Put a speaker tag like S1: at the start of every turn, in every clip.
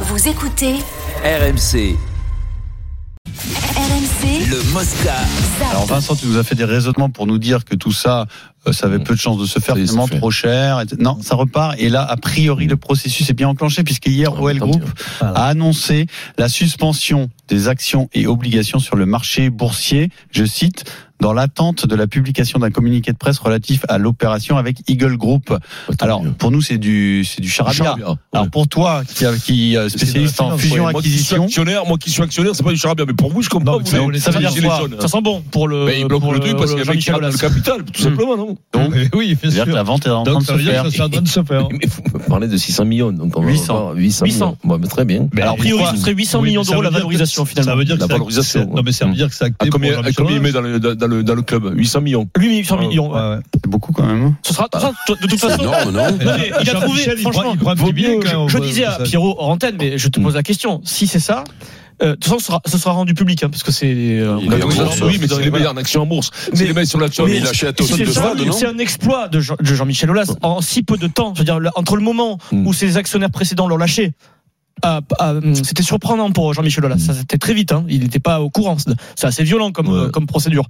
S1: Vous écoutez
S2: RMC,
S1: RMC
S2: le Mosca.
S3: Alors Vincent, tu nous as fait des raisonnements pour nous dire que tout ça, euh, ça
S4: Mm.
S3: avait peu de chances de se faire,
S5: Oui, c'est
S3: finalement
S5: fait.
S3: trop cher. et- Non, ça repart. Et là, a priori, le processus est bien enclenché puisque hier,
S5: Ah,
S3: OL
S5: tant
S3: Group
S5: mieux.
S3: a annoncé la suspension des actions et obligations sur le marché boursier. Je cite. Dans l'attente de la publication d'un communiqué de presse relatif à l'opération avec Eagle Group. Alors, pour nous, c'est du, c'est du charabia. Alors, pour toi, qui, qui euh, spécialiste en fusion-acquisition,
S5: Actionnaire, moi qui suis actionnaire, c'est pas du charabia, mais pour vous, je
S3: Non,
S5: comprends.
S3: mais ça, on les- ça veut dire quoi
S4: Ça sent bon pour le.
S5: mais il bloque
S4: pour
S5: le truc parce qu'il y a un mec qui
S4: Jean-Michel
S5: rate le
S4: Aulas.
S5: capital, tout simplement, non
S3: Donc,
S4: Oui, bien
S3: c'est-à-dire
S4: sûr.
S3: que la vente est en train
S4: Donc
S3: de
S4: ça
S3: se
S4: veut dire
S3: faire.
S4: que ça est en train de se faire.
S5: Mais vous me parlez de 600 millions, donc on
S3: 800.
S5: va voir 800
S4: 800.
S5: millions. Bon, mais très bien.
S3: alors,
S4: a priori,
S3: pourquoi-
S4: ce serait 800
S3: Oui,
S4: millions
S3: mais ça
S4: d'euros
S3: veut
S4: la
S3: dire que-
S4: valorisation finalement.
S3: ça
S4: Ça
S3: veut dire
S5: La valorisation.
S4: Non, mais ça veut dire que c'est acté.
S5: À Ah, combien,
S4: pour
S5: à
S4: Jean-Michel
S5: combien il
S4: Aulas.
S5: met Ah, dans le, dans, dans le, dans le club 800 millions.
S4: Lui, 800 millions. ouais.
S3: Ouais, ouais. C'est beaucoup quand même. hein.
S4: Ce sera tout ça, de toute façon.
S2: Non, non.
S4: Non, mais il a
S5: Jean-Michel,
S4: trouvé,
S5: il prend-
S4: franchement.
S5: il prend un
S4: vaut
S5: petit billet
S4: mieux-
S5: quand même,
S4: je, je
S5: on voit
S4: disais
S5: ça.
S4: à Pierrot hors antenne, mais je te pose la question. Si c'est ça, euh, de toute façon, ce sera, ce sera rendu public, hein, parce que c'est. euh,
S2: Il est en
S5: Oui,
S2: bourse.
S5: oui, mais c'est les
S4: Voilà.
S5: meilleurs en action en bourse. C'est
S4: Mais-
S5: les mecs sur l'action.
S4: mais-
S5: ils
S2: il
S5: l'achètent.
S2: achète
S4: C'est
S2: tonne de
S4: ça,
S2: Ford, non
S4: c'est un exploit de Jean- de Jean-Michel Aulas en si peu de temps. Je veux dire, le- entre le moment
S5: Mm.
S2: Hmm.
S4: où ses actionnaires précédents l'ont lâché, à- à- hmm, c'était surprenant pour Jean-Michel Aulas. Ça, c'était très vite. hein. Il n'était pas au courant. C'est- C'est assez violent comme,
S5: Ouais.
S4: euh, comme procédure.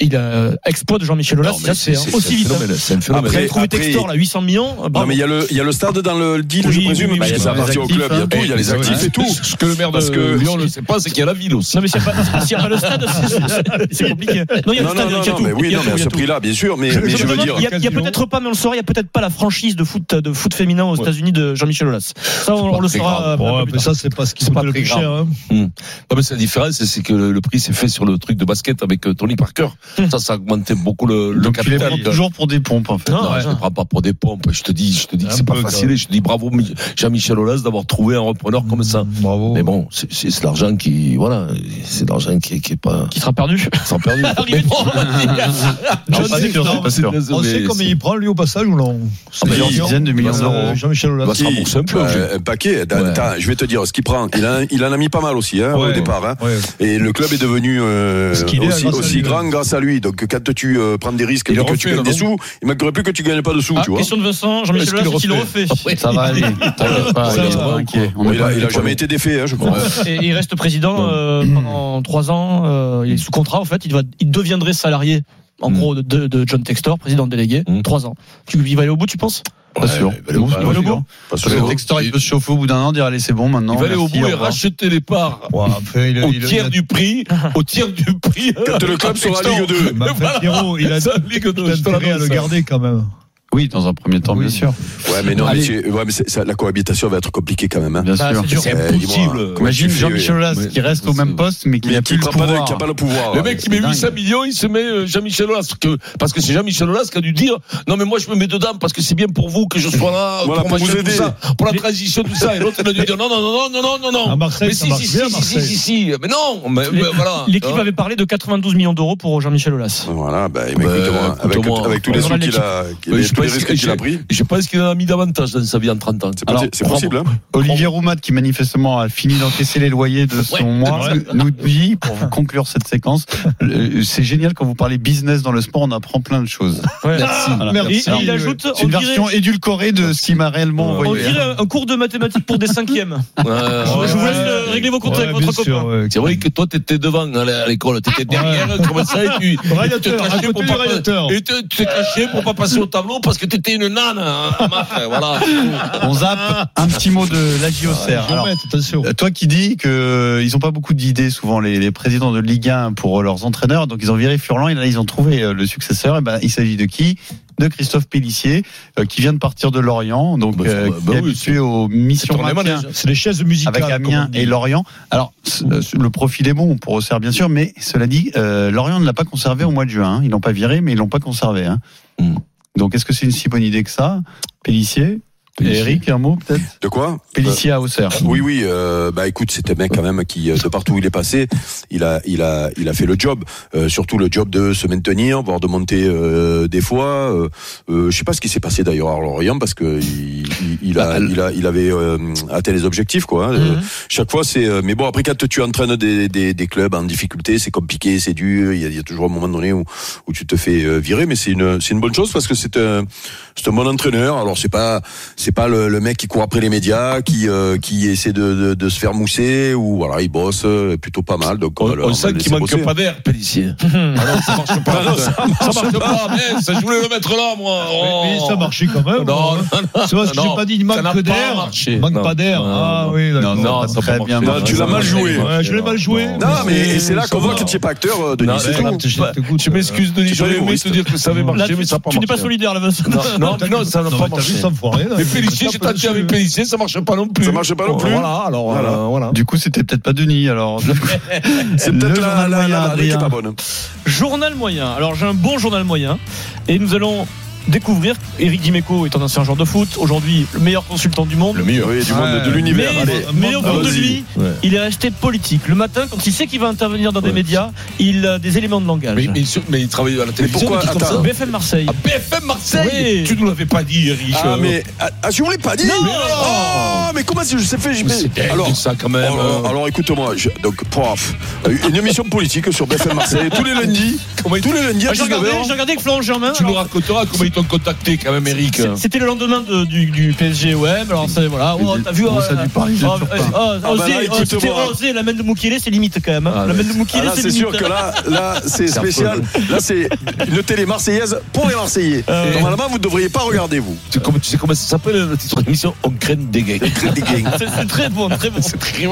S4: Et Il a exploit de Jean-Michel Aulas.
S2: Non, mais
S4: ça, c'est
S2: c'est-
S4: aussi vite. hein.
S5: phénomène, C'est un phénomène.
S4: Après,
S2: Après-
S4: trouvé
S2: après-
S4: Textor, là, 800 millions. euh,
S2: Non,
S4: bravo.
S2: mais il y a le, il y a le stade dans le deal,
S4: Oui,
S2: je présume,
S4: oui,
S2: parce
S4: oui,
S2: que
S4: oui.
S2: ça
S3: Les
S2: appartient au
S3: actifs,
S2: club.
S3: hein.
S2: Il y a tout, il y a les
S5: Oui,
S2: actifs
S5: oui.
S2: et tout.
S5: Ce que le maire
S2: Parce
S5: de
S2: que-
S5: Lyon ne sait pas, c'est qu'il y a la ville aussi.
S4: Non, mais s'il n'y a, pas- s'il y a pas le stade, c'est- c'est- c'est compliqué. Non, il y a le stade,
S2: Non, non,
S4: il y a
S2: non,
S4: tout. Il
S2: mais oui,
S4: y a
S2: non,
S4: tout,
S2: mais à
S4: il y a
S2: ce
S4: tout.
S2: prix-là, bien sûr, mais, mais
S4: me
S2: je veux
S4: demande,
S2: dire. euh,
S4: Il y a, il y a peut-être pas, mais on le saura, il y a peut-être pas la franchise de foot, de foot féminin aux États-Unis de Jean-Michel Aulas. Ça, on,
S5: pas
S4: on le
S5: très
S4: saura.
S5: grave.
S4: euh, un peu
S5: Ouais,
S4: plus
S5: mais
S4: tard.
S5: ça, c'est pas ce qui
S4: C'est
S5: coûte
S4: pas
S5: le
S4: très
S5: plus cher.
S4: grave.
S5: hein. Non, mais c'est la différence, c'est que le, le prix s'est fait sur le truc de basket avec euh, Tony Parker.
S4: Hmm.
S5: Ça, ça a augmenté beaucoup le, le
S3: Donc tu les
S5: capital.
S3: prends toujours pour des pompes en fait.
S4: Non,
S5: Non,
S4: ouais.
S5: je ne prends pas pour des pompes. Je te dis, je te dis que
S4: Un
S5: c'est pas
S4: peu, quand
S5: facile. Et je te dis bravo Mi- Jean-Michel Aulas d'avoir trouvé un repreneur comme ça.
S4: Bravo.
S1: Oh.
S5: Mais bon, c'est- c'est c'est de l'argent qui, voilà, c'est de l'argent qui, qui est pas
S4: Qui sera perdu
S5: sans perdu.
S4: Arrivé trop
S3: Non,
S5: Je
S3: pas
S5: sais,
S3: sûr,
S5: non,
S3: pas sûr.
S5: mais
S4: On sait
S5: c'est-
S4: combien
S5: c'est-
S4: il prend, lui, au passage, ou non
S3: Ah, bah, il y a une
S5: Millions.
S3: dizaine de millions d'euros.
S5: Euh,
S4: Jean-Michel Aulas.
S5: va se
S2: Qui-
S5: rembourser un peu.
S4: hein.
S2: Bah,
S5: j'ai-
S2: un paquet.
S5: Ouais.
S2: Attends, je vais te dire ce qu'il prend. Il, en- il en a mis pas mal aussi hein, au
S4: Ouais.
S2: départ. hein.
S4: Ouais.
S2: Et le club est devenu euh,
S4: Ce qu'il est,
S2: aussi,
S4: grâce à
S2: aussi
S4: lui,
S2: grand grâce à lui. Donc quand tu euh, prends des risques
S5: Il
S2: et
S5: le
S2: que tu
S5: refait,
S2: gagnes des
S5: là,
S2: sous, il manquerait plus que tu gagnes pas de sous,
S4: Ah,
S2: tu vois.
S4: question de Vincent, Jean-Michel
S5: Est-ce qu'il
S4: Aulas, est-ce qu'il le
S5: le
S4: refait
S3: Ça va aller. On n'est pas-
S5: Ça
S3: on n'est
S5: va.
S3: pas inquiet. On
S2: Bon,
S3: n'est
S2: il, a,
S3: pas
S2: il a
S3: inquiet pour
S2: jamais
S3: lui.
S2: été défait, hein, je crois.
S4: Et il reste président
S5: Non.
S4: euh, pendant trois ans. euh, il est sous contrat, en fait. Il, va, il deviendrait salarié, en
S5: Mm.
S4: gros, de, de- de John Textor, président délégué.
S5: Mm.
S4: Trois ans. Tu il va aller au bout, tu penses
S3: Pas sûr.
S5: Ouais, il va aller au bout.
S3: Pas sûr.
S2: Parce que-
S3: Parce que le Textor, il peut se chauffer au bout d'un an, dire allez, c'est bon maintenant.
S5: Il va aller au
S3: merci,
S5: bout
S3: au
S5: et
S3: revoir.
S5: racheter les parts
S4: Ouais, après,
S5: au tiers du prix, au tiers du prix.
S2: Quand le club sera
S5: Textor.
S2: Ligue 2.
S5: Mais voilà.
S4: il a
S5: C'est la Ligue 2, je te
S4: intérêt à le
S5: l'annonce.
S4: garder quand même.
S3: Oui, dans un premier temps, bien sûr.
S2: Ouais, mais non, mais
S3: Allez.
S2: tu- ouais, mais c'est- ça- la cohabitation va être compliquée quand même. hein.
S3: Bien
S4: Bah,
S3: sûr.
S4: c'est dur.
S5: Ah, C'est
S2: Eh,
S5: impossible.
S2: dis-moi, comment
S3: Imagine
S2: tu fais,
S3: Jean-Michel Aulas
S5: Ouais.
S3: qui reste au
S5: Ouais.
S3: même poste, mais qui
S2: Mais
S3: n'a
S2: qui
S3: plus le
S2: prend pas de-
S3: pouvoir.
S2: qui a pas le
S4: Oh,
S2: pouvoir.
S5: Le mec qui met
S3: c'est dingue.
S5: 800 millions, il se met euh, Jean-Michel Aulas. que- parce que c'est Jean-Michel Aulas qui a dû dire Non, mais moi je me mets dedans parce que c'est bien pour vous que je sois là,
S2: Voilà,
S5: pour,
S2: pour
S5: machin,
S2: vous
S5: tout
S2: aider.
S5: ça, pour la transition, tout ça. Et l'autre, il a dû dire Non, non, non, non, non, non, non.
S4: À Marseille,
S5: mais
S4: ça
S5: si,
S4: marche
S5: si,
S4: bien,
S5: si, si,
S4: Marseille.
S5: si, si, mais non, mais, mais voilà.
S4: L'équipe
S5: Hein.
S4: avait parlé de 92 millions d'euros pour Jean-Michel Aulas.
S2: Voilà, bah, écoute,
S5: Bah,
S2: moi, avec,
S5: écoute-moi.
S2: avec tous les
S5: On
S2: sous
S5: aura
S2: qu'il
S5: l'équipe.
S2: a,
S5: Oui,
S2: les,
S5: je
S2: tous les
S5: pense
S2: risques
S5: que
S2: qu'il a
S5: j'ai-
S2: pris,
S5: Je pense qu'il en a mis davantage dans sa vie en 30 ans.
S2: c'est
S3: Alors,
S2: possi- c'est possible. hein.
S3: Olivier Roumat, qui manifestement a fini d'encaisser les loyers de son
S5: Ouais.
S3: mois, nous dit, pour vous conclure cette séquence, le- c'est génial quand vous parlez business dans le sport, on apprend plein de choses.
S4: Merci.
S3: Voilà.
S4: Et, et il
S3: Alors,
S4: ajoute,
S3: C'est
S4: on
S3: une
S4: dirait,
S3: version édulcorée de ce qui m'a réellement
S5: Ouais.
S4: on
S3: envoyé.
S4: dirait un cours de mathématiques pour des cinquièmes.
S5: Euh,
S4: Je vous laisse euh,
S5: ouais.
S4: régler vos comptes avec votre copain.
S5: C'est vrai que toi, t'étais devant à la- à l'école,
S4: Ah,
S5: t'étais derrière, comme ça, et tu tu t'es caché pour pas et tu- tu t'es caché pour pas passer au tableau parce que t'étais une nane. hein, à Marseille, voilà.
S3: On zappe un petit mot de la
S5: Ah,
S3: JOCR. Alors, euh, toi qui dis que euh, ils ont pas beaucoup d'idées souvent les, les présidents de Ligue 1 pour euh, leurs entraîneurs, donc ils ont viré Furlan et là ils ont trouvé euh, le successeur. Et ben il s'agit de qui De Christophe Pellissier euh, qui vient de partir de Lorient, donc
S5: Bah, ça
S3: euh,
S5: va,
S3: qui
S5: bah
S3: est
S5: oui,
S3: habitué
S5: c'est-
S3: aux
S5: C'est
S3: missions
S5: tourné
S3: maintien
S5: manège.
S4: C'est les chaises musicales.
S3: avec Amiens et Lorient. Alors c- euh, le profil est bon pour Auxerre bien sûr, mais cela dit euh, Lorient ne l'a pas conservé au mois de juin. hein. Ils l'ont pas viré, mais ils l'ont pas conservé. hein.
S5: Mm.
S3: Donc est-ce que c'est une si bonne idée que ça, Pellissier Et
S5: Pellissier.
S3: Eric, un mot peut-être
S2: De quoi
S3: Pellissier à Auxerre.
S2: Euh, Oui, oui. euh, bah écoute, c'était un mec quand même qui, euh, de partout où il est passé, il a, il a, il a fait le job. Euh, surtout le job de se maintenir, voire de monter euh, des fois. Euh, euh, je sais pas ce qui s'est passé d'ailleurs à Lorient parce que il, il, il a, il a, il avait euh, atteint les objectifs quoi. hein. Euh, chaque fois, c'est. euh, Mais bon, après quand tu entraînes des, des, des clubs en difficulté, c'est compliqué, c'est dur. Il y, a, il y a toujours un moment donné où, où tu te fais euh, virer, mais c'est une, c'est une bonne chose parce que c'est un, c'est un bon entraîneur. Alors c'est pas, c'est- c'est pas le, le mec qui court après les médias, qui euh, qui essaie de, de, de se faire mousser ou voilà, il bosse euh, plutôt pas mal. Donc
S5: On,
S2: va le-
S5: on
S2: va
S5: sent
S2: le
S5: qu'il
S2: laisser
S5: manque
S2: bosser.
S5: pas d'air, Pellissier. Ah non, ça marche pas. ça marche, pas. mais ça, je voulais le mettre là, moi. Oh.
S1: Mais ça marchait quand même.
S5: Non, non, non.
S1: Tu vois ce que
S5: Non,
S1: j'ai pas dit, il
S5: ça
S1: manque
S5: n'a
S1: que
S5: pas
S1: d'air.
S5: marché.
S1: Il manque
S5: Non.
S1: pas d'air.
S5: Non,
S1: Ah
S5: non.
S1: oui,
S3: Non,
S1: d'accord.
S3: non, ça
S5: Très
S3: n'a pas
S5: bien
S3: marché.
S5: marché.
S2: tu l'as mal joué.
S1: Ouais, je l'ai mal joué.
S2: Non, mais
S1: Mais
S2: c'est là
S1: ça
S2: qu'on voit
S1: va.
S2: que tu n'es pas acteur, euh, Denis.
S5: Non,
S2: c'est
S5: mais
S2: tout.
S5: alors, tu-
S1: Je t'écoute,
S5: Je m'excuse, Denis,
S2: tu
S5: j'aurais
S2: es
S5: aimé
S2: humoriste.
S5: te dire que ça avait
S4: Là,
S5: marché,
S4: tu
S5: mais ça n'a pas
S4: tu n'es pas
S5: marché.
S4: solidaire, là, Vincent.
S5: Non, non, mais non, ça n'a
S1: Non,
S5: pas
S1: mais t'as vu,
S5: marché.
S1: ça me fout rien.
S5: Mais Pellissier, j'ai tenté avec Pellissier, ça marche pas non plus.
S2: Ça marche pas non plus.
S5: Voilà, alors,
S2: Voilà.
S5: euh, voilà.
S3: Du coup, c'était peut-être pas Denis, alors.
S2: C'est peut-être
S3: Le
S2: la,
S3: journal
S2: la,
S3: moyen,
S2: la variété qui est
S3: Adrien.
S2: pas bonne.
S4: Journal moyen. Alors j'ai un bon journal moyen et nous allons découvrir Eric Dimeco est un ancien joueur de foot, aujourd'hui le meilleur consultant du monde.
S5: Le meilleur.
S2: Oui, du monde de l'univers.
S4: mais,
S2: Allez.
S4: mais au fond de
S2: Allons-y.
S4: lui,
S5: Ouais.
S4: il est resté politique. Le matin, quand il sait qu'il va intervenir dans des
S5: Ouais.
S4: médias, il a des éléments de langage.
S5: Mais, mais, il se- mais il travaille à la télévision.
S2: pourquoi-
S5: des trucs comme
S2: attends.
S5: ça.
S4: BFM Marseille.
S5: Ah, BFM Marseille
S4: Oui.
S5: Tu nous l'avais pas dit, Eric.
S2: Ah, mais ah, ah, je vous l'ai pas dit.
S4: Non.
S2: Ah, mais comment c'est- je sais fait je-
S5: Alors,
S2: Alors,
S5: ça quand même.
S2: alors,
S5: euh,
S2: alors, écoute-moi, je- donc prof, une émission politique sur BFM Marseille tous les lundis,
S5: Comment ils-
S2: tous les lundis à
S4: Ah, J'ai regardé,
S2: 19h.
S4: j'ai regardé avec Florent Germain.
S5: tu nous
S4: Alors,
S5: raconteras comment ils t'ont contacté quand même, Eric.
S4: c'est- C'était le lendemain de- du, du PSG OM. Alors c'est voilà. Oh, t'as vu
S3: Bon,
S4: oh,
S3: ça, du Paris, je
S4: oh,
S3: ne
S4: oh,
S3: jure
S4: oh,
S2: Ah, bah là,
S4: oser- oh,
S2: écoute-moi.
S4: c'était osé, la main de Moukielé, c'est limite quand même. hein.
S5: Ah,
S4: la
S5: ouais.
S4: main de
S2: Ah,
S4: Moukielé,
S2: là,
S4: c'est
S2: c'est sûr
S4: limite.
S2: que là, là, c'est spécial. Là, c'est une télé marseillaise pour les Marseillais.
S4: Euh,
S2: Normalement, vous ne devriez pas regarder, vous.
S5: Tu, comme- tu sais comment ça s'appelle le titre de l'émission On craint des gays.
S2: Les critiques.
S4: C'est c'est très bon, très bon.
S5: C'est très